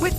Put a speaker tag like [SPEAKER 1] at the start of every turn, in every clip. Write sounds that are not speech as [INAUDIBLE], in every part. [SPEAKER 1] With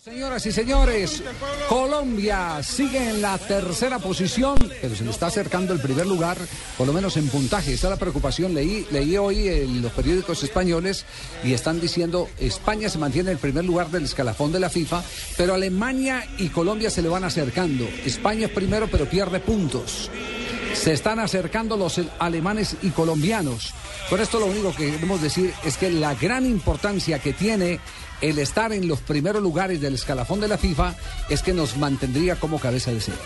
[SPEAKER 2] Señoras y señores, Colombia sigue en la tercera posición, pero se le está acercando el primer lugar, por lo menos en puntaje. Está la preocupación. Leí, leí hoy en los periódicos españoles y están diciendo España se mantiene en el primer lugar del escalafón de la FIFA, pero Alemania y Colombia se le van acercando. España es primero, pero pierde puntos. Se están acercando los alemanes y colombianos. Con esto lo único que queremos decir es que la gran importancia que tiene el estar en los primeros lugares del escalafón de la FIFA es que nos mantendría como cabeza de serie.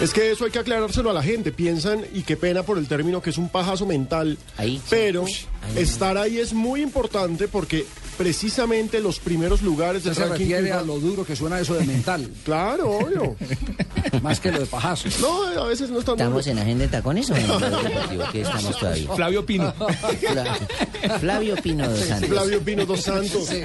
[SPEAKER 3] Es que eso hay que aclarárselo a la gente. Piensan, y qué pena por el término, que es un pajazo mental.
[SPEAKER 4] Ahí, sí.
[SPEAKER 3] pero
[SPEAKER 4] Ush, ahí.
[SPEAKER 3] estar ahí es muy importante porque precisamente los primeros lugares
[SPEAKER 2] Usted
[SPEAKER 3] del
[SPEAKER 2] se
[SPEAKER 3] ranking
[SPEAKER 2] refiere
[SPEAKER 3] FIFA-
[SPEAKER 2] a lo duro que suena eso de mental,
[SPEAKER 3] Claro,
[SPEAKER 2] [LAUGHS]
[SPEAKER 3] obvio.
[SPEAKER 2] más que lo de pajazo.
[SPEAKER 3] No, a veces no es tan duro.
[SPEAKER 4] ¿Estamos en agenda de tacones o en agenda de deportivo?
[SPEAKER 3] [LAUGHS]
[SPEAKER 4] ¿Qué estamos todavía?
[SPEAKER 5] Flavio Pino.
[SPEAKER 4] Fla- Flavio Pino dos Santos.
[SPEAKER 3] Flavio Pino dos Santos.
[SPEAKER 2] Sí.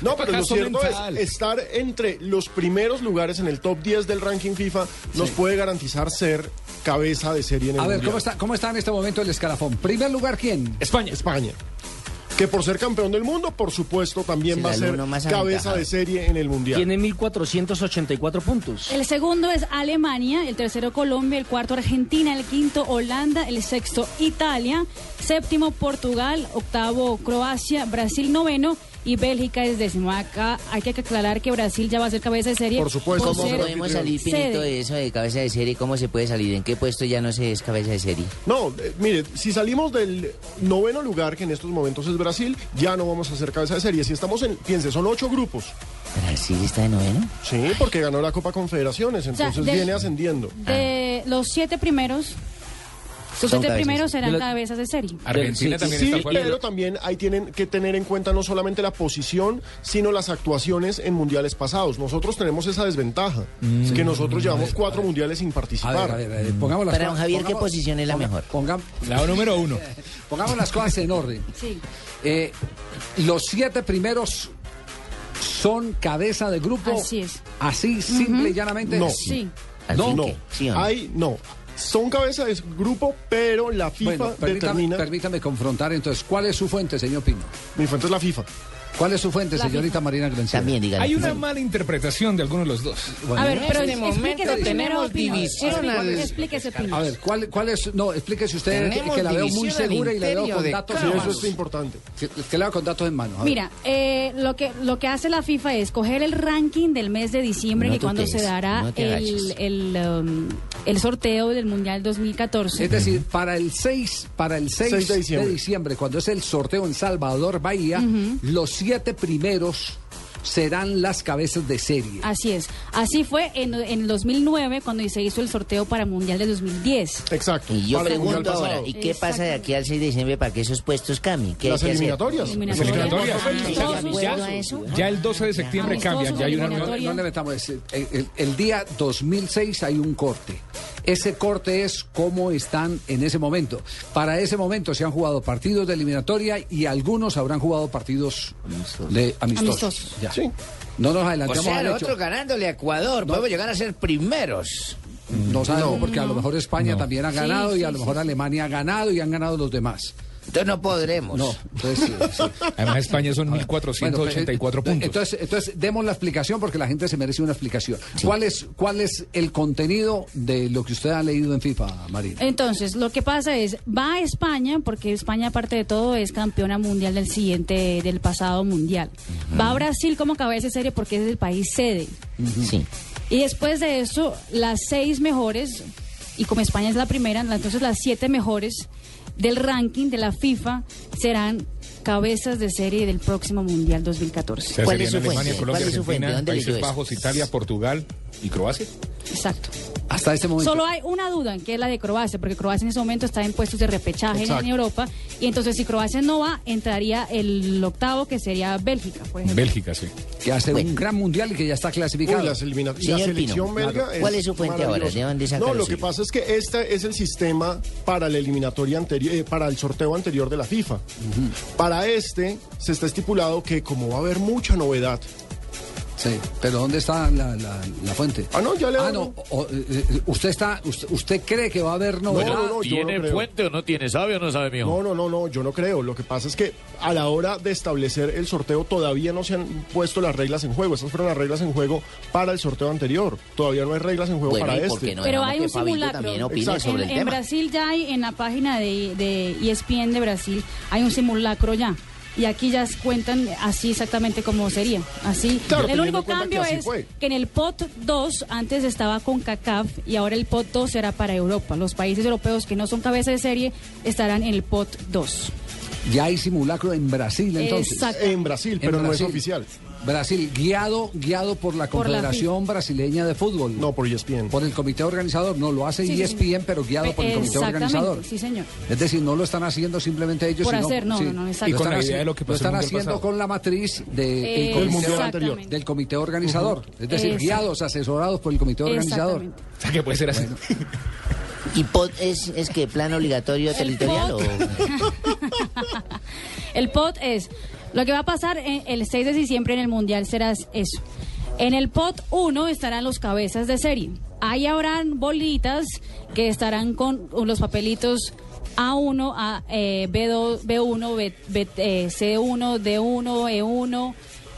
[SPEAKER 3] No, pero lo
[SPEAKER 5] Fracaso
[SPEAKER 3] cierto
[SPEAKER 5] mental.
[SPEAKER 3] es estar entre los primeros lugares en el top 10 del ranking FIFA nos puede garantizar ser cabeza de serie en el
[SPEAKER 2] A ver,
[SPEAKER 3] Mundial.
[SPEAKER 2] ¿cómo está, ¿cómo está en este momento el escalafón? Primer lugar, ¿quién?
[SPEAKER 5] España.
[SPEAKER 3] España. Que por ser campeón del mundo, por supuesto, también
[SPEAKER 4] Es
[SPEAKER 3] va a
[SPEAKER 4] el
[SPEAKER 3] ser
[SPEAKER 4] alumno más
[SPEAKER 3] cabeza
[SPEAKER 4] aventajado.
[SPEAKER 3] de serie en el Mundial.
[SPEAKER 6] Tiene 1.484 puntos.
[SPEAKER 7] El segundo es Alemania, el tercero Colombia, el cuarto Argentina, el quinto Holanda, el sexto Italia, séptimo Portugal, octavo Croacia, Brasil noveno y Bélgica es décimo. Acá hay que aclarar que Brasil ya va a ser cabeza de serie.
[SPEAKER 3] Por supuesto.
[SPEAKER 4] ¿Cómo
[SPEAKER 3] Ser
[SPEAKER 4] podemos
[SPEAKER 3] anfitrión.
[SPEAKER 4] salir pinito
[SPEAKER 7] Sede.
[SPEAKER 4] de eso de cabeza de serie? ¿Cómo se puede salir? ¿En qué puesto ya no se es cabeza de serie?
[SPEAKER 3] No, eh, mire, si salimos del noveno lugar, que en estos momentos es Brasil, ya no vamos a ser cabeza de serie. Si estamos en, piense, son ocho grupos.
[SPEAKER 4] ¿Brasil está de noveno?
[SPEAKER 3] Sí, porque ganó la Copa Confederaciones,
[SPEAKER 7] sea,
[SPEAKER 3] entonces
[SPEAKER 7] del-
[SPEAKER 3] viene ascendiendo.
[SPEAKER 7] De los siete primeros, los
[SPEAKER 4] Son
[SPEAKER 7] siete
[SPEAKER 4] cabezas.
[SPEAKER 7] primeros serán
[SPEAKER 6] De la-
[SPEAKER 7] cabezas de serie.
[SPEAKER 5] Argentina
[SPEAKER 6] Sí,
[SPEAKER 5] también
[SPEAKER 3] Sí,
[SPEAKER 5] está fuera.
[SPEAKER 3] pero también ahí tienen que tener en cuenta no solamente la posición, sino las actuaciones en mundiales pasados. Nosotros tenemos esa desventaja, que nosotros llevamos cuatro mundiales sin
[SPEAKER 2] Mm. A
[SPEAKER 3] participar.
[SPEAKER 2] ver, a ver, a ver, pongamos las
[SPEAKER 4] Para don
[SPEAKER 2] cosas-
[SPEAKER 4] Javier, ¿qué
[SPEAKER 2] pongamos-
[SPEAKER 4] posición es la
[SPEAKER 2] ponga-
[SPEAKER 4] mejor?
[SPEAKER 2] ponga-
[SPEAKER 5] La número uno.
[SPEAKER 2] [LAUGHS] pongamos las cosas en orden.
[SPEAKER 7] Sí.
[SPEAKER 2] Eh, los siete primeros son cabeza de grupo.
[SPEAKER 7] Así es.
[SPEAKER 2] Así, simple y llanamente.
[SPEAKER 3] No.
[SPEAKER 7] Sí.
[SPEAKER 4] ¿Al
[SPEAKER 3] No,
[SPEAKER 4] fin
[SPEAKER 3] no.
[SPEAKER 4] qué? ¿Sí o no?
[SPEAKER 3] Hay, no. Son cabeza de grupo, pero la FIFA
[SPEAKER 2] Bueno, permítame,
[SPEAKER 3] determina.
[SPEAKER 2] permítame confrontar entonces. ¿Cuál es su fuente, señor Pino?
[SPEAKER 3] Mi fuente es la FIFA.
[SPEAKER 2] ¿Cuál es su fuente,
[SPEAKER 7] La
[SPEAKER 2] señorita
[SPEAKER 7] FIFA.
[SPEAKER 2] Marina Granciera?
[SPEAKER 4] También, dígame.
[SPEAKER 5] Hay una mala interpretación de alguno de los dos.
[SPEAKER 7] A ver, pero
[SPEAKER 4] este momento
[SPEAKER 7] explíquese primero.
[SPEAKER 4] tenemos
[SPEAKER 7] Pino.
[SPEAKER 4] división
[SPEAKER 7] Explí-
[SPEAKER 4] al-
[SPEAKER 7] Explíquese, Pino.
[SPEAKER 2] A ver, ¿cuál, cuál es? No, explíquese usted que-
[SPEAKER 4] Tenemos
[SPEAKER 2] que la veo muy
[SPEAKER 4] división al
[SPEAKER 2] segura y la veo
[SPEAKER 4] imperio
[SPEAKER 2] con
[SPEAKER 4] de
[SPEAKER 2] datos
[SPEAKER 3] Sí,
[SPEAKER 2] en
[SPEAKER 3] eso
[SPEAKER 2] mano.
[SPEAKER 3] es importante.
[SPEAKER 2] Que, que la veo con datos en mano. a ver.
[SPEAKER 7] Mira, eh, lo que lo que hace la FIFA es coger el ranking del mes de diciembre,
[SPEAKER 4] No
[SPEAKER 7] que
[SPEAKER 4] te
[SPEAKER 7] cuando se
[SPEAKER 4] quejes,
[SPEAKER 7] dará
[SPEAKER 4] no te agaches.
[SPEAKER 7] el, el, um, el sorteo del Mundial
[SPEAKER 2] Es
[SPEAKER 7] 2014.
[SPEAKER 2] decir, para el 6, para el 6,
[SPEAKER 3] Seis de
[SPEAKER 2] de,
[SPEAKER 3] diciembre.
[SPEAKER 2] diciembre. cuando es el sorteo en Salvador Bahía, los siete primeros serán las cabezas de serie.
[SPEAKER 7] Así es. Así fue en, en 2009 cuando se hizo el sorteo para el Mundial de 2010.
[SPEAKER 3] Exacto.
[SPEAKER 4] Y yo
[SPEAKER 3] Para el Mundial
[SPEAKER 4] pregunto ahora,
[SPEAKER 3] pasado.
[SPEAKER 4] ¿y qué pasa de
[SPEAKER 7] Exacto.
[SPEAKER 4] aquí al 6 de diciembre para que esos puestos cambien? ¿Qué hay
[SPEAKER 3] Las
[SPEAKER 4] que hacer?
[SPEAKER 3] eliminatorias.
[SPEAKER 7] Eliminatorias.
[SPEAKER 5] Las eliminatorias.
[SPEAKER 7] Amistosos,
[SPEAKER 5] Ya- ya-
[SPEAKER 4] ¿Acuerdo a eso?
[SPEAKER 5] Ya el 12 de septiembre
[SPEAKER 7] Amistosos,
[SPEAKER 5] cambian. Ya hay una
[SPEAKER 2] No,
[SPEAKER 5] nueva.
[SPEAKER 7] eliminatorias.
[SPEAKER 2] no le metamos ese. El, el- el día 2006 hay un corte. Ese corte es cómo están en ese momento. Para ese momento se han jugado partidos de eliminatoria y algunos habrán jugado partidos de amistosos.
[SPEAKER 7] Amistosos.
[SPEAKER 2] Ya.
[SPEAKER 3] Sí.
[SPEAKER 2] No nos adelantamos al hecho.
[SPEAKER 4] ganándole a Ecuador. Podemos llegar a ser primeros.
[SPEAKER 2] No sabemos porque a lo mejor España también ha ganado y a lo mejor Alemania ha ganado y han ganado los demás.
[SPEAKER 4] Entonces no podremos.
[SPEAKER 2] No, entonces Pues sí, sí. [LAUGHS]
[SPEAKER 5] Además, España son
[SPEAKER 2] Bueno, pues,
[SPEAKER 5] 1.484
[SPEAKER 2] eh,
[SPEAKER 5] puntos.
[SPEAKER 2] Entonces, entonces demos la explicación porque la gente se merece una explicación. ¿Cuál es cuál es el contenido de lo que usted ha leído en FIFA,
[SPEAKER 7] Eh,
[SPEAKER 2] Marina?
[SPEAKER 7] Entonces, lo que pasa es, va a España, porque España, aparte de todo, es campeona mundial del siguiente, del pasado mundial. Va a Brasil como cabeza de serie porque es el país sede.
[SPEAKER 4] Sí.
[SPEAKER 7] Y después de eso, las seis mejores, y como España es la primera, la- entonces las siete mejores del ranking de la FIFA serán cabezas de serie del próximo Mundial 2014.
[SPEAKER 5] O sea,
[SPEAKER 4] ¿Cuál
[SPEAKER 5] serían
[SPEAKER 4] es su fuente?
[SPEAKER 5] Alemania, Colombia,
[SPEAKER 4] ¿Cuál es su fuente?
[SPEAKER 5] Argentina,
[SPEAKER 4] ¿Dónde leyó
[SPEAKER 5] Países
[SPEAKER 4] eso?
[SPEAKER 5] Bajos, Italia, Portugal y Croacia.
[SPEAKER 7] Exacto.
[SPEAKER 2] Hasta este momento.
[SPEAKER 7] Solo hay una duda, en que es la de Croacia, porque Croacia en ese momento está en puestos de repechaje en- en,
[SPEAKER 3] Exacto.
[SPEAKER 7] Europa. Y entonces, si Croacia no va, entraría el octavo, que sería Bélgica, por ejemplo.
[SPEAKER 5] Bélgica, sí.
[SPEAKER 2] Que hace un
[SPEAKER 4] Bueno.
[SPEAKER 2] gran mundial y que ya está
[SPEAKER 3] Uy,
[SPEAKER 2] clasificado.
[SPEAKER 3] las elimina-
[SPEAKER 4] Señor
[SPEAKER 3] la selección
[SPEAKER 4] Pino,
[SPEAKER 3] belga
[SPEAKER 4] claro. ¿Cuál es su fuente ahora?
[SPEAKER 3] maravillosa.
[SPEAKER 4] ¿De dónde saca
[SPEAKER 3] No,
[SPEAKER 4] lo
[SPEAKER 3] lo que
[SPEAKER 4] suyo?
[SPEAKER 3] pasa es que este es el sistema para la eliminatoria anterior, eh, para el sorteo anterior de la FIFA. Para este se está estipulado que como va a haber mucha novedad,
[SPEAKER 2] Sí, pero ¿dónde está la, la- la fuente?
[SPEAKER 3] Ah, no, ya le
[SPEAKER 2] Ah,
[SPEAKER 3] hablo.
[SPEAKER 2] no, o- eh, usted, está, usted, usted cree que va a haber novedad.
[SPEAKER 3] no, no, yo no
[SPEAKER 8] ¿Tiene
[SPEAKER 3] creo.
[SPEAKER 8] fuente o no tiene? ¿Sabe o no sabe, mijo?
[SPEAKER 3] No, no, no, no, yo no creo. Lo que pasa es que a la hora de establecer el sorteo todavía no se han puesto las reglas en juego. Esas fueron las reglas en juego para el sorteo anterior. Todavía no hay reglas en juego
[SPEAKER 4] Bueno,
[SPEAKER 3] para
[SPEAKER 4] ¿y por
[SPEAKER 3] este.
[SPEAKER 4] qué no
[SPEAKER 7] Pero
[SPEAKER 4] dejamos
[SPEAKER 7] hay
[SPEAKER 4] que
[SPEAKER 7] un
[SPEAKER 4] Fabito
[SPEAKER 7] simulacro.
[SPEAKER 4] también opine
[SPEAKER 3] Exacto.
[SPEAKER 4] sobre
[SPEAKER 7] en,
[SPEAKER 4] el
[SPEAKER 7] en
[SPEAKER 4] tema?
[SPEAKER 7] Brasil ya hay, en la página de, de E ESPN de Brasil, hay un simulacro ya. Y aquí ya s- cuentan así exactamente como sería. Así.
[SPEAKER 3] Claro,
[SPEAKER 7] el
[SPEAKER 3] teniendo
[SPEAKER 7] único
[SPEAKER 3] en cuenta
[SPEAKER 7] cambio
[SPEAKER 3] que así
[SPEAKER 7] es
[SPEAKER 3] fue.
[SPEAKER 7] que en el POT 2 antes estaba con CACAF y ahora el POT 2 será para Europa. Los países europeos que no son cabeza de serie estarán en el POT 2.
[SPEAKER 2] Ya hay simulacro en Brasil, entonces.
[SPEAKER 7] Exacto.
[SPEAKER 3] En Brasil, pero
[SPEAKER 2] En
[SPEAKER 3] no
[SPEAKER 2] Brasil.
[SPEAKER 3] es oficial.
[SPEAKER 2] Brasil, guiado, guiado por la
[SPEAKER 7] Por la
[SPEAKER 2] Confederación Brasileña de Fútbol.
[SPEAKER 3] No, por E ESPN.
[SPEAKER 2] Por el comité organizador, no, lo hace E
[SPEAKER 7] Sí, sí,
[SPEAKER 2] ESPN,
[SPEAKER 7] sí.
[SPEAKER 2] pero guiado por el comité
[SPEAKER 7] Exactamente,
[SPEAKER 2] organizador.
[SPEAKER 7] sí, señor.
[SPEAKER 2] Es decir, no lo están haciendo simplemente ellos,
[SPEAKER 7] Por
[SPEAKER 2] sino-
[SPEAKER 7] hacer, no, no, no, exacto. Y
[SPEAKER 2] Lo
[SPEAKER 5] con
[SPEAKER 2] están
[SPEAKER 5] la idea de lo
[SPEAKER 2] haciendo,
[SPEAKER 5] que
[SPEAKER 2] lo
[SPEAKER 5] pasó el
[SPEAKER 2] están
[SPEAKER 5] mundial
[SPEAKER 2] haciendo
[SPEAKER 5] pasado.
[SPEAKER 2] con la matriz de-
[SPEAKER 7] Eh,
[SPEAKER 2] del, comité,
[SPEAKER 3] mundial anterior.
[SPEAKER 7] exactamente.
[SPEAKER 2] del comité organizador. Es decir,
[SPEAKER 7] Exacto.
[SPEAKER 2] guiados, asesorados por el comité organizador.
[SPEAKER 7] Exactamente.
[SPEAKER 5] O sea, que puede ser así.
[SPEAKER 4] ¿Y pot es, es que plan obligatorio territorial o...?
[SPEAKER 7] pot. El pot es lo que va a pasar en- el 6 de diciembre en el Mundial será eso. En el pot 1 estarán los cabezas de serie. Ahí habrán bolitas que estarán con los papelitos A1, A, eh, B2, B1, B, B, eh, C1, D1, E1,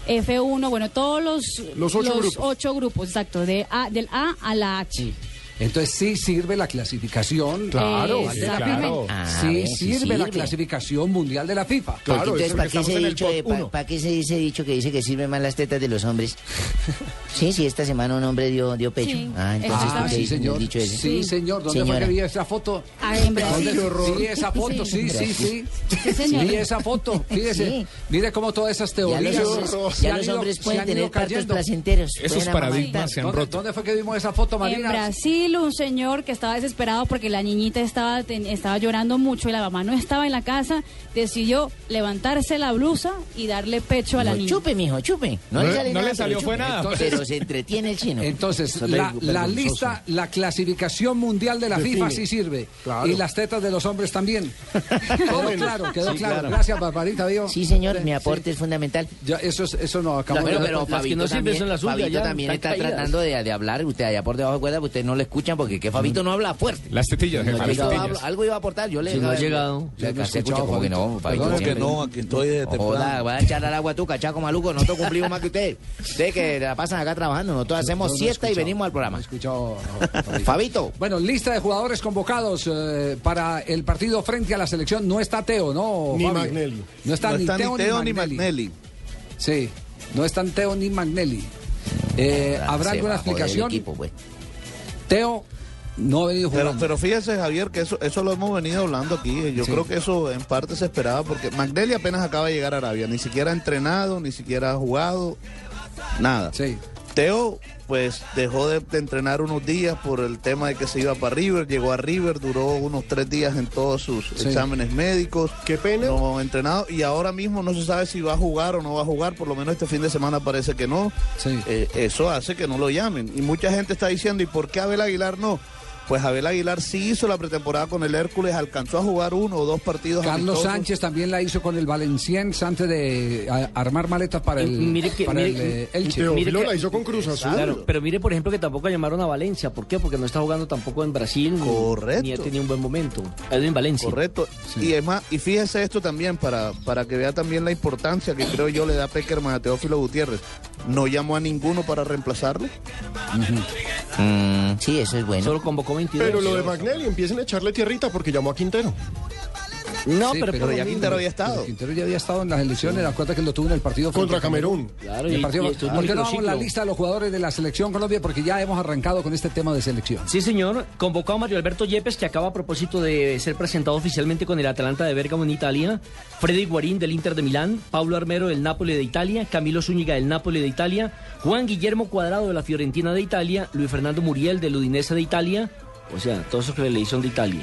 [SPEAKER 7] F1, bueno, todos los,
[SPEAKER 3] Los ocho grupos.
[SPEAKER 7] ocho grupos, exacto, de A, del A a la H.
[SPEAKER 2] Entonces sí sirve la clasificación.
[SPEAKER 7] Claro,
[SPEAKER 2] vale la
[SPEAKER 7] exactamente.
[SPEAKER 2] pena.
[SPEAKER 4] Ah,
[SPEAKER 2] sí,
[SPEAKER 4] ve, sí
[SPEAKER 2] sirve la
[SPEAKER 4] sirve.
[SPEAKER 2] clasificación mundial de la FIFA.
[SPEAKER 4] Porque
[SPEAKER 3] Claro,
[SPEAKER 4] entonces,
[SPEAKER 3] eso
[SPEAKER 4] ¿para
[SPEAKER 3] es
[SPEAKER 4] qué,
[SPEAKER 3] lo que
[SPEAKER 4] ese
[SPEAKER 3] estamos en el
[SPEAKER 4] dicho de-
[SPEAKER 3] top
[SPEAKER 4] pa-
[SPEAKER 3] uno.
[SPEAKER 4] ¿para qué se dice dicho que dice que sirven más las tetas de los hombres? [LAUGHS] sí, sí, esta semana un hombre dio, dio pecho.
[SPEAKER 7] Sí,
[SPEAKER 4] ah, entonces
[SPEAKER 2] Ah,
[SPEAKER 7] exactamente.
[SPEAKER 4] ¿qué
[SPEAKER 2] sí,
[SPEAKER 4] dice-
[SPEAKER 2] señor.
[SPEAKER 4] dicho ese?
[SPEAKER 2] Sí, señor. ¿Dónde fue
[SPEAKER 4] Señora.
[SPEAKER 2] que vi esa foto?
[SPEAKER 7] Ah, en Brasil.
[SPEAKER 2] ¿Dónde-
[SPEAKER 7] Qué
[SPEAKER 2] Sí, esa foto, sí, sí, sí.
[SPEAKER 7] Sí, señor.
[SPEAKER 2] Sí, esa foto. Fíjese,
[SPEAKER 4] Sí.
[SPEAKER 2] mire cómo todas esas
[SPEAKER 4] Ya
[SPEAKER 2] teorías.
[SPEAKER 4] los hombres,
[SPEAKER 2] se
[SPEAKER 4] ya
[SPEAKER 2] han
[SPEAKER 4] los
[SPEAKER 2] ido-
[SPEAKER 4] hombres
[SPEAKER 2] se
[SPEAKER 4] pueden
[SPEAKER 2] han ido
[SPEAKER 4] tener partos
[SPEAKER 2] cayendo.
[SPEAKER 4] placenteros.
[SPEAKER 5] Esos
[SPEAKER 4] pueden
[SPEAKER 5] paradigmas
[SPEAKER 4] amamantar.
[SPEAKER 5] se han
[SPEAKER 2] ¿Dónde,
[SPEAKER 5] roto.
[SPEAKER 2] dónde fue que vimos esa foto,
[SPEAKER 7] En
[SPEAKER 2] Marina?
[SPEAKER 7] Brasil, un señor que estaba desesperado porque la niñita estaba, ten- estaba llorando mucho y la mamá no estaba en la casa, decidió levantarse la blusa y darle pecho a la
[SPEAKER 4] No,
[SPEAKER 7] niña.
[SPEAKER 4] chupe, mijo, chupe. No,
[SPEAKER 5] No
[SPEAKER 4] le
[SPEAKER 5] le-
[SPEAKER 4] sale
[SPEAKER 5] no
[SPEAKER 4] nada,
[SPEAKER 5] le salió,
[SPEAKER 4] pero
[SPEAKER 5] fue
[SPEAKER 4] chupe.
[SPEAKER 5] nada.
[SPEAKER 4] Entonces- pero se entretiene el chino.
[SPEAKER 2] Entonces,
[SPEAKER 4] Eso es
[SPEAKER 2] la,
[SPEAKER 4] vergo-
[SPEAKER 2] la
[SPEAKER 4] vergonzoso.
[SPEAKER 2] lista, la clasificación mundial de la FIFA sí sirve.
[SPEAKER 3] Claro.
[SPEAKER 2] Y las tetas de los hombres también.
[SPEAKER 4] [LAUGHS]
[SPEAKER 2] quedó claro, quedó claro. Gracias, Barbarita, ¿vio?
[SPEAKER 4] Sí, señor, mi aporte es fundamental.
[SPEAKER 2] Ya, eso, es- eso no acabó
[SPEAKER 4] Bueno,
[SPEAKER 2] de
[SPEAKER 4] pero
[SPEAKER 6] las que
[SPEAKER 4] Fabito
[SPEAKER 6] no sirven
[SPEAKER 4] también,
[SPEAKER 6] son las suyas,
[SPEAKER 4] Fabito
[SPEAKER 6] ya,
[SPEAKER 4] también
[SPEAKER 6] están
[SPEAKER 4] está
[SPEAKER 6] caídas.
[SPEAKER 4] tratando de, de hablar, usted allá por debajo de cuerda, usted no le escuchan porque que Fabito no habla fuerte.
[SPEAKER 5] Las tetillas,
[SPEAKER 4] No
[SPEAKER 5] jefe,
[SPEAKER 4] ha
[SPEAKER 5] las
[SPEAKER 4] llegado.
[SPEAKER 5] tetillas.
[SPEAKER 4] Hablo- algo iba a aportar, yo le
[SPEAKER 6] Sí, no ha llegado.
[SPEAKER 4] Ya
[SPEAKER 2] Yo no he
[SPEAKER 4] se escucha
[SPEAKER 2] escuchado,
[SPEAKER 4] como que no,
[SPEAKER 2] Fabito.
[SPEAKER 4] Fabito.
[SPEAKER 6] Perdón,
[SPEAKER 4] siempre.
[SPEAKER 6] que no, aquí estoy desde
[SPEAKER 4] Joda,
[SPEAKER 6] temprano.
[SPEAKER 4] va a echar al agua tú, cachaco maluco, nosotros cumplimos más que ustedes. Ustedes que la pasan acá trabajando, nosotros hacemos
[SPEAKER 2] No, no he
[SPEAKER 4] siesta y
[SPEAKER 2] escuchado,
[SPEAKER 4] venimos al
[SPEAKER 2] no
[SPEAKER 4] programa.
[SPEAKER 2] he escuchado, no, Fabito.
[SPEAKER 4] Fabito,
[SPEAKER 2] Bueno, lista de jugadores convocados eh, para el partido frente a la selección. No está Teo, ¿no?
[SPEAKER 3] Ni
[SPEAKER 2] Fabio?
[SPEAKER 3] Magnelli.
[SPEAKER 2] No está,
[SPEAKER 8] No
[SPEAKER 2] ni,
[SPEAKER 8] está ni
[SPEAKER 2] Teo,
[SPEAKER 8] Teo
[SPEAKER 2] ni
[SPEAKER 8] ni
[SPEAKER 2] Magnelli.
[SPEAKER 8] Magnelli.
[SPEAKER 2] Sí, no están Teo ni Magnelli. Eh, ¿Habrá
[SPEAKER 4] Ah, se
[SPEAKER 2] alguna
[SPEAKER 4] bajó del
[SPEAKER 2] explicación?
[SPEAKER 4] equipo, pues.
[SPEAKER 2] Teo no ha venido
[SPEAKER 8] Pero,
[SPEAKER 2] jugando.
[SPEAKER 8] pero fíjese, Javier, que eso, eso lo hemos venido hablando aquí. Yo creo que eso en parte se esperaba porque Magdelli apenas acaba de llegar a Arabia. Ni siquiera ha entrenado, ni siquiera ha jugado, nada.
[SPEAKER 2] Sí.
[SPEAKER 8] Teo, pues dejó de, de entrenar unos días por el tema de que se iba para River. Llegó a River, duró unos tres días en todos sus
[SPEAKER 2] Sí.
[SPEAKER 8] exámenes médicos.
[SPEAKER 3] Qué pena.
[SPEAKER 8] No ha entrenado y ahora mismo no se sabe si va a jugar o no va a jugar. Por lo menos este fin de semana parece que no.
[SPEAKER 2] Sí.
[SPEAKER 8] Eh, eso hace que no lo llamen. Y mucha gente está diciendo, ¿y por qué Abel Aguilar no? Pues Abel Aguilar sí hizo la pretemporada con el Hércules, alcanzó a jugar uno o dos partidos.
[SPEAKER 2] Carlos
[SPEAKER 8] amistosos.
[SPEAKER 2] Sánchez también la hizo con el Valenciennes antes de a- armar maletas para el,
[SPEAKER 6] Eh, mire que-
[SPEAKER 2] para
[SPEAKER 6] mire
[SPEAKER 2] el, eh,
[SPEAKER 6] que-
[SPEAKER 2] Elche.
[SPEAKER 6] mire
[SPEAKER 3] Teófilo
[SPEAKER 6] que-
[SPEAKER 3] la hizo con Cruz Azul.
[SPEAKER 6] Claro, pero mire, por ejemplo, que tampoco llamaron a Valencia. ¿Por qué? Porque no está jugando tampoco en Brasil. ni-
[SPEAKER 8] Correcto.
[SPEAKER 6] Ni ha tenido un buen momento. Edwin Valencia.
[SPEAKER 8] Correcto. Y es más, y fíjese esto también para, para que vea también la importancia que creo yo le da Peckerman a Teófilo Gutiérrez. No llamó a ninguno para reemplazarlo.
[SPEAKER 4] Mm, sí, eso es bueno.
[SPEAKER 6] Solo convocó 22.
[SPEAKER 3] Pero lo de Magnelli, empiecen a echarle tierrita porque llamó a Quintero.
[SPEAKER 8] No, pero, pero, ya Quintero había estado.
[SPEAKER 2] Pero Quintero ya había estado en las elecciones, la cuenta que lo tuvo en el partido frente
[SPEAKER 3] Contra
[SPEAKER 2] a
[SPEAKER 3] Camerún.
[SPEAKER 2] El
[SPEAKER 3] Claro, y-
[SPEAKER 2] partido-
[SPEAKER 3] y estuvo en
[SPEAKER 2] ¿Por qué no
[SPEAKER 3] microciclo.
[SPEAKER 2] vamos la lista de los jugadores de la selección Colombia? Porque ya hemos arrancado con este tema de selección.
[SPEAKER 4] Sí, señor. Convocado a Mario Alberto Yepes, que acaba a propósito de ser presentado oficialmente con el Atalanta de Bérgamo en Italia. Freddy Guarín del Inter de Milán. Pablo Armero del Nápoles de Italia. Camilo Zúñiga del Nápoles de Italia. Juan Guillermo Cuadrado de la Fiorentina de Italia. Luis Fernando Muriel del Udinese de Italia. O sea, todos esos que le son de Italia.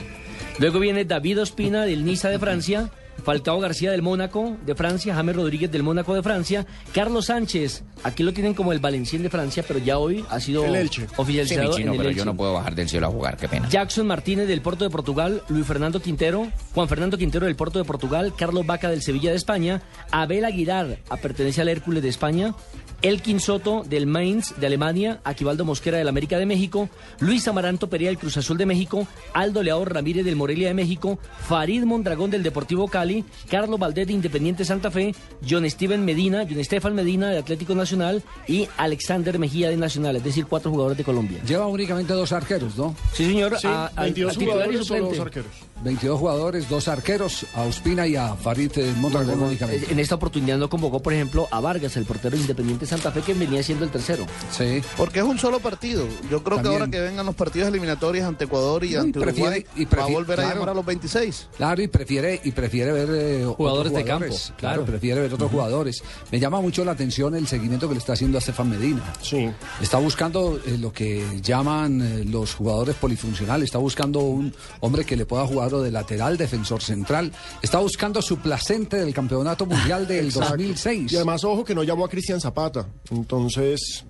[SPEAKER 4] Luego viene David Ospina del Niza de Francia. Falcao García del Mónaco de Francia, James Rodríguez del Mónaco de Francia, Carlos Sánchez, aquí lo tienen como el Valencien de Francia, pero ya hoy ha sido
[SPEAKER 9] El Elche.
[SPEAKER 4] oficializado
[SPEAKER 9] Sí, mi chino,
[SPEAKER 4] en el
[SPEAKER 9] pero yo
[SPEAKER 4] Elche.
[SPEAKER 9] no puedo bajar del cielo a jugar, qué pena.
[SPEAKER 4] Jackson Martínez del Porto de Portugal, Luis Fernando Quintero, Juan Fernando Quintero del Porto de Portugal, Carlos Vaca del Sevilla de España, Abel Aguilar a- pertenece al Hércules de España, Elkin Soto del Mainz de Alemania, Aquivaldo Mosquera del América de México, Luis Amaranto Perea del Cruz Azul de México, Aldo Leao Ramírez del Morelia de México, Farid Mondragón del Deportivo Cali, Carlos Valdés de Independiente Santa Fe, John Steven Medina, John Estefan Medina de Atlético Nacional y Alexander Mejía de Nacional, es decir, cuatro jugadores de Colombia.
[SPEAKER 2] Lleva únicamente dos arqueros, ¿no?
[SPEAKER 4] Sí, señor. Sí, a- a- 22 a titular y jugadores, solo
[SPEAKER 3] suplente. dos arqueros.
[SPEAKER 2] 22 jugadores, dos arqueros, a Ospina y a Farid eh, Mondragón únicamente.
[SPEAKER 4] En esta oportunidad no convocó, por ejemplo, a Vargas, el portero de independiente Santa Fe, que venía siendo el tercero.
[SPEAKER 2] Sí.
[SPEAKER 8] Porque es un solo partido. Yo creo
[SPEAKER 2] También.
[SPEAKER 8] que ahora que vengan los partidos eliminatorios ante Ecuador y
[SPEAKER 2] No, y
[SPEAKER 8] ante
[SPEAKER 2] prefiere-
[SPEAKER 8] Uruguay,
[SPEAKER 2] y
[SPEAKER 8] va a
[SPEAKER 2] prefiere-
[SPEAKER 8] volver a
[SPEAKER 2] claro.
[SPEAKER 8] llamar a los 26.
[SPEAKER 2] Claro, y prefiere, y prefiere ver eh, otros
[SPEAKER 8] Jugadores de campo,
[SPEAKER 2] Claro,
[SPEAKER 8] claro.
[SPEAKER 2] prefiere ver otros jugadores. Me llama mucho la atención el seguimiento que le está haciendo a Estefan Medina.
[SPEAKER 3] Sí.
[SPEAKER 2] Está buscando eh, lo que llaman eh, los jugadores polifuncionales. Está buscando un hombre que le pueda jugar o de lateral, defensor central. Está buscando su placente del Campeonato Mundial del
[SPEAKER 3] Exacto.
[SPEAKER 2] 2006.
[SPEAKER 3] Y además, ojo que no llamó a Cristian Zapata. Entonces,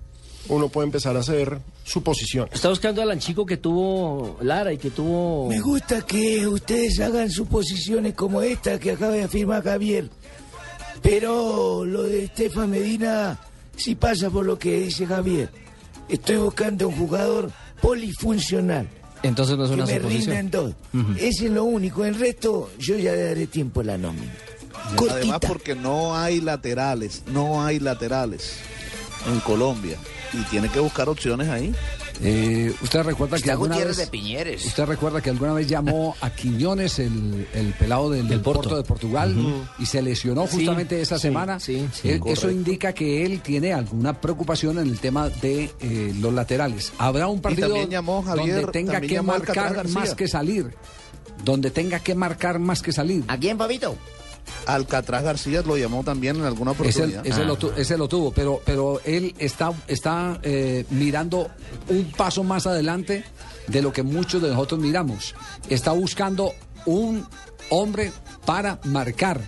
[SPEAKER 3] uno puede empezar a hacer suposiciones.
[SPEAKER 4] Está buscando al anchico que tuvo Lara y que
[SPEAKER 10] Oh.
[SPEAKER 4] tuvo.
[SPEAKER 11] Me gusta que ustedes hagan suposiciones como esta que acaba de afirmar Javier. Pero lo de Estefan Medina sí pasa por lo que dice Javier. Estoy buscando un jugador polifuncional.
[SPEAKER 10] Entonces no es
[SPEAKER 11] que
[SPEAKER 10] una
[SPEAKER 11] me rinda en
[SPEAKER 10] suposición.
[SPEAKER 11] todo.
[SPEAKER 10] Ujú.
[SPEAKER 11] Ese es lo único. El resto, yo ya le daré tiempo a la nómina.
[SPEAKER 8] Además, porque no hay laterales, no hay laterales en Colombia. Y tiene que buscar opciones ahí.
[SPEAKER 2] Eh, usted recuerda que
[SPEAKER 8] Está
[SPEAKER 2] alguna
[SPEAKER 8] Gutiérrez
[SPEAKER 2] vez,
[SPEAKER 8] de Piñeres.
[SPEAKER 2] Usted recuerda que alguna vez llamó a Quiñones, el, el pelado del, Porto. de Portugal,
[SPEAKER 4] Ujú.
[SPEAKER 2] y se lesionó
[SPEAKER 4] Sí,
[SPEAKER 2] justamente esa
[SPEAKER 4] sí,
[SPEAKER 2] semana.
[SPEAKER 4] sí, sí,
[SPEAKER 2] Eh,
[SPEAKER 4] correcto.
[SPEAKER 2] eso indica que él tiene alguna preocupación en el tema de eh, los laterales. Habrá un partido
[SPEAKER 8] también llamó, Javier,
[SPEAKER 2] donde tenga
[SPEAKER 8] también
[SPEAKER 2] que
[SPEAKER 8] llamó al Capitán
[SPEAKER 2] marcar
[SPEAKER 8] García.
[SPEAKER 2] más que salir. Donde tenga que marcar más que salir.
[SPEAKER 12] ¿A quién, Pabito?
[SPEAKER 8] Alcatraz García lo llamó también en alguna
[SPEAKER 2] Ese,
[SPEAKER 8] oportunidad.
[SPEAKER 2] ese lo, tu- ese lo tuvo, pero, pero él está, está eh, mirando un paso más adelante de lo que muchos de nosotros miramos. Está buscando un hombre para marcar.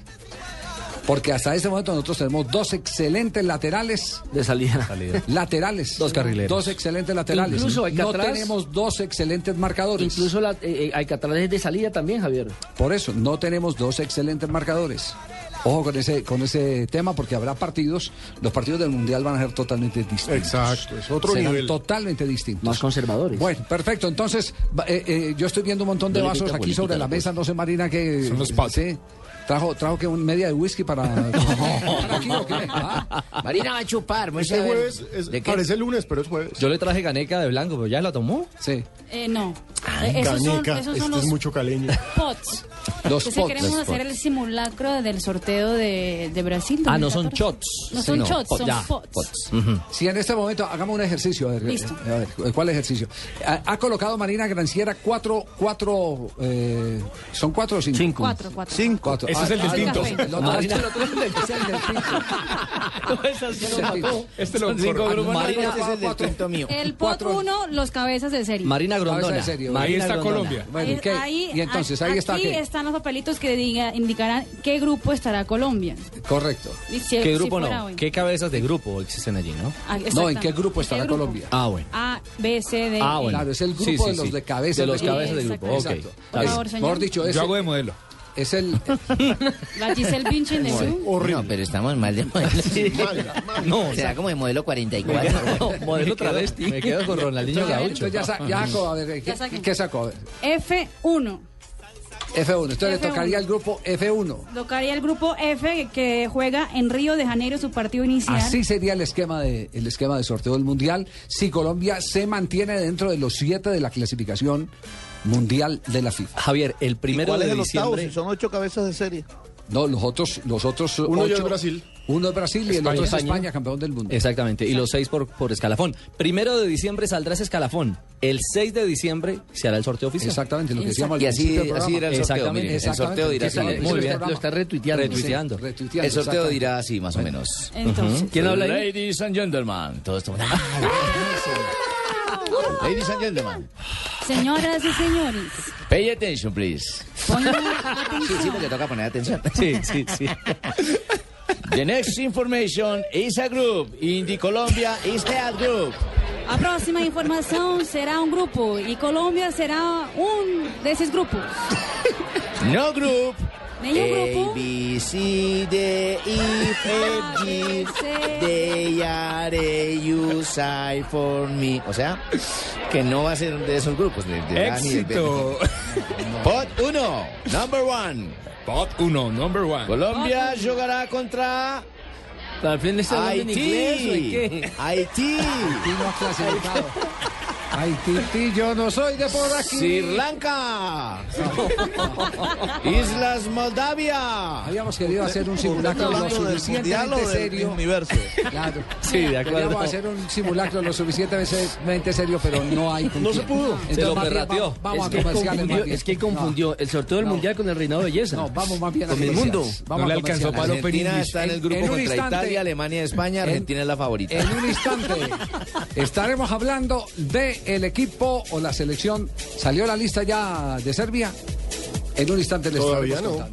[SPEAKER 2] Porque hasta este momento nosotros tenemos dos excelentes laterales.
[SPEAKER 4] De salida.
[SPEAKER 2] Laterales.
[SPEAKER 4] Dos carrileros.
[SPEAKER 2] Dos excelentes laterales.
[SPEAKER 4] Incluso
[SPEAKER 2] no
[SPEAKER 4] Alcatraz-
[SPEAKER 2] tenemos dos excelentes marcadores.
[SPEAKER 4] Incluso la, eh, eh, Alcatraz es de salida también, Javier.
[SPEAKER 2] Por eso, no tenemos dos excelentes marcadores. Ojo con ese, con ese tema, porque habrá partidos, los partidos del Mundial van a ser totalmente distintos.
[SPEAKER 3] Exacto, es otro
[SPEAKER 2] Serán
[SPEAKER 3] nivel.
[SPEAKER 2] totalmente distintos.
[SPEAKER 4] Más conservadores.
[SPEAKER 2] Bueno, perfecto. Entonces, va- eh, eh, yo estoy viendo un montón de
[SPEAKER 4] No le
[SPEAKER 2] vasos
[SPEAKER 4] meta
[SPEAKER 2] aquí
[SPEAKER 4] política
[SPEAKER 2] sobre
[SPEAKER 4] a la
[SPEAKER 2] la mesa. No sé, Marina, que... Son los sí, Trajo, trajo que un media de whisky
[SPEAKER 4] [LAUGHS]
[SPEAKER 2] para... [LAUGHS]
[SPEAKER 4] Ah,
[SPEAKER 2] Ah.
[SPEAKER 12] Marina va a chupar. vamos a
[SPEAKER 3] Este
[SPEAKER 12] ver.
[SPEAKER 3] jueves es-
[SPEAKER 12] ¿De qué?
[SPEAKER 3] parece lunes, pero es jueves.
[SPEAKER 10] Yo le traje ganeca de blanco, pero ya la tomó.
[SPEAKER 2] Sí.
[SPEAKER 7] Eh, no. Eh, esos son,
[SPEAKER 3] Caneca,
[SPEAKER 7] esos son
[SPEAKER 3] este
[SPEAKER 7] los
[SPEAKER 3] es mucho caleño.
[SPEAKER 7] pots.
[SPEAKER 10] Los
[SPEAKER 7] Entonces
[SPEAKER 10] pots.
[SPEAKER 7] queremos
[SPEAKER 10] Los
[SPEAKER 7] hacer
[SPEAKER 10] pots.
[SPEAKER 7] el simulacro del sorteo de, de Brasil.
[SPEAKER 10] Ah, no son
[SPEAKER 7] 2014.
[SPEAKER 10] shots.
[SPEAKER 7] No son
[SPEAKER 10] Sí,
[SPEAKER 7] shots,
[SPEAKER 10] pot-
[SPEAKER 7] son
[SPEAKER 10] ya,
[SPEAKER 7] pots.
[SPEAKER 10] Ujú.
[SPEAKER 2] Si en este momento hagamos un ejercicio, a ver,
[SPEAKER 7] Listo.
[SPEAKER 2] eh, a ver, ¿cuál ejercicio? Ha, ha colocado Marina Granciera cuatro, cuatro, eh, ¿son cuatro o cinco? Cinco.
[SPEAKER 7] Cuatro, cuatro.
[SPEAKER 2] Cinco. Cuatro.
[SPEAKER 13] Ese es el del
[SPEAKER 2] ah,
[SPEAKER 13] tinto.
[SPEAKER 2] el otro.
[SPEAKER 13] Ah,
[SPEAKER 4] [LAUGHS]
[SPEAKER 13] ya.
[SPEAKER 2] Es el
[SPEAKER 10] [LAUGHS]
[SPEAKER 2] del
[SPEAKER 13] lo mató. Este lo corre. Marina,
[SPEAKER 2] Este es el del
[SPEAKER 13] cuatro.
[SPEAKER 2] tinto mío.
[SPEAKER 7] El pot
[SPEAKER 2] Cuatro.
[SPEAKER 7] 1, los cabezas de serie.
[SPEAKER 10] Marina Grondona.
[SPEAKER 2] en serio.
[SPEAKER 10] Marina
[SPEAKER 2] Ahí está
[SPEAKER 10] Grondona.
[SPEAKER 2] Colombia. Bueno, ¿y
[SPEAKER 7] Ahí-
[SPEAKER 2] qué?
[SPEAKER 7] ahí-
[SPEAKER 2] y entonces,
[SPEAKER 7] a-
[SPEAKER 2] ahí está
[SPEAKER 7] Aquí
[SPEAKER 2] qué?
[SPEAKER 7] están los papelitos que diga- indicarán qué grupo estará Colombia.
[SPEAKER 2] Correcto.
[SPEAKER 7] Y si-
[SPEAKER 10] ¿Qué
[SPEAKER 7] si
[SPEAKER 10] grupo
[SPEAKER 7] fuera
[SPEAKER 10] no?
[SPEAKER 7] hoy.
[SPEAKER 10] ¿Qué cabezas de grupo existen allí, no?
[SPEAKER 7] Ah, exactamente. ¿En qué
[SPEAKER 10] Ah, bueno.
[SPEAKER 7] A, B, C, D.
[SPEAKER 10] Ah,
[SPEAKER 7] E.
[SPEAKER 10] bueno.
[SPEAKER 2] Claro, es el grupo
[SPEAKER 10] Sí, sí,
[SPEAKER 2] de los
[SPEAKER 10] sí.
[SPEAKER 2] de cabeza.
[SPEAKER 10] De los cabezas de grupo, ok.
[SPEAKER 2] Exacto.
[SPEAKER 10] Está bien.
[SPEAKER 7] favor, señor.
[SPEAKER 2] Mejor dicho, es,
[SPEAKER 13] Yo hago de modelo.
[SPEAKER 2] es el...
[SPEAKER 7] La Giselle Pinche en el Zoom.
[SPEAKER 12] No, pero estamos mal de
[SPEAKER 4] [LAUGHS]
[SPEAKER 12] modelo.
[SPEAKER 10] No, o
[SPEAKER 12] Será
[SPEAKER 10] sea,
[SPEAKER 12] como de modelo 44.
[SPEAKER 10] me quedo- Me quedo con Ronaldinho
[SPEAKER 2] Entonces,
[SPEAKER 10] Gaucho.
[SPEAKER 2] entonces ya, sa- ya sacó, a ver, ¿qué,
[SPEAKER 7] Ya saqué.
[SPEAKER 2] qué sacó? A ver.
[SPEAKER 7] F1.
[SPEAKER 2] F1, entonces le
[SPEAKER 7] F1.
[SPEAKER 2] tocaría al grupo F1.
[SPEAKER 7] Tocaría el grupo F que juega en Río de Janeiro su partido inicial.
[SPEAKER 2] Así sería el esquema de el esquema de sorteo del mundial si Colombia se mantiene dentro de los siete de la clasificación mundial de la FIFA.
[SPEAKER 3] Javier, el
[SPEAKER 14] ¿Y cuál es el octavo? Si son ocho cabezas de serie.
[SPEAKER 2] No, los otros, los otros
[SPEAKER 3] Uno ya
[SPEAKER 2] ocho-
[SPEAKER 3] es Brasil.
[SPEAKER 2] Uno es Brasil y el otro es España, campeón del mundo.
[SPEAKER 3] Exactamente, y los seis por, por escalafón. Primero de diciembre saldrá ese escalafón. El 6 de diciembre se hará el sorteo oficial.
[SPEAKER 2] Exactamente, lo que decíamos al
[SPEAKER 4] Y así,
[SPEAKER 2] del
[SPEAKER 4] así
[SPEAKER 2] programa.
[SPEAKER 4] era el sorteo.
[SPEAKER 3] Exactamente,
[SPEAKER 4] mire, el
[SPEAKER 3] exactamente.
[SPEAKER 4] sorteo dirá así.
[SPEAKER 3] Muy bien, lo está retuiteando.
[SPEAKER 4] Retuiteando.
[SPEAKER 3] Sí, retuiteando,
[SPEAKER 4] El sorteo
[SPEAKER 3] exactamente.
[SPEAKER 4] dirá así, más o menos.
[SPEAKER 3] Entonces. Ujú.
[SPEAKER 4] ¿Quién habla ahí?
[SPEAKER 3] Ladies and gentlemen.
[SPEAKER 4] Todo esto. Ah,
[SPEAKER 3] Ladies and gentlemen.
[SPEAKER 7] Señoras y señores,
[SPEAKER 4] Pay attention, please.
[SPEAKER 7] pongan
[SPEAKER 4] Sí, sí,
[SPEAKER 7] atención.
[SPEAKER 4] porque toca poner [LAUGHS] atención.
[SPEAKER 3] Sí, sí, sí.
[SPEAKER 4] The next information is a group. In the Colombia is the ad group.
[SPEAKER 7] A próxima información será un grupo y Colombia será un de esos grupos.
[SPEAKER 4] No group.
[SPEAKER 7] Nenhum grupo.
[SPEAKER 4] A, B, C, D, E, F, G, D, R, A, U, I, for me. O sea, que no va a ser de esos grupos. De, de edad ni de-
[SPEAKER 3] Éxito.
[SPEAKER 4] [LAUGHS] Pot 1, number one.
[SPEAKER 3] Pot 1, number one.
[SPEAKER 4] Colombia jugará contra
[SPEAKER 3] Al fin le está hablando en inglés, ¿o en
[SPEAKER 4] Haití.
[SPEAKER 3] qué?
[SPEAKER 4] Haití.
[SPEAKER 2] Ay, Titi, yo no soy de por aquí.
[SPEAKER 4] Sri
[SPEAKER 3] [LAUGHS]
[SPEAKER 4] Lanka. Islas Moldavia.
[SPEAKER 2] Habíamos querido hacer un simulacro lo
[SPEAKER 14] hablando del mundial o
[SPEAKER 2] suficientemente
[SPEAKER 14] del
[SPEAKER 2] serio.
[SPEAKER 14] universo?
[SPEAKER 2] Claro.
[SPEAKER 3] Sí, de acuerdo.
[SPEAKER 2] Queríamos hacer un simulacro lo suficientemente serio, pero no hay. con
[SPEAKER 3] No
[SPEAKER 2] quién.
[SPEAKER 3] se pudo.
[SPEAKER 2] Entonces,
[SPEAKER 3] Se lo
[SPEAKER 2] más bien,
[SPEAKER 3] perrateó.
[SPEAKER 2] va- Vamos
[SPEAKER 3] Es
[SPEAKER 2] a
[SPEAKER 3] que
[SPEAKER 2] comerciales.
[SPEAKER 3] confundió-
[SPEAKER 2] más bien.
[SPEAKER 3] es que confundió el sorteo del mundial con el reinado de belleza.
[SPEAKER 2] No, vamos más bien a
[SPEAKER 3] Con el
[SPEAKER 2] comerciales.
[SPEAKER 3] mundo.
[SPEAKER 2] [LAUGHS] Vamos
[SPEAKER 3] No
[SPEAKER 2] a
[SPEAKER 3] le
[SPEAKER 2] comerciales.
[SPEAKER 3] alcanzó para lo
[SPEAKER 4] Argentina
[SPEAKER 3] penibis.
[SPEAKER 4] está en el grupo
[SPEAKER 2] En un
[SPEAKER 4] contra
[SPEAKER 2] instante.
[SPEAKER 4] Italia, Alemania, España.
[SPEAKER 2] En-
[SPEAKER 4] Argentina es la favorita.
[SPEAKER 2] En un instante estaremos hablando del equipo o la selección. ¿Salió la lista ya de Serbia? En un instante les
[SPEAKER 15] Todavía
[SPEAKER 2] estaremos
[SPEAKER 15] no.
[SPEAKER 2] contando.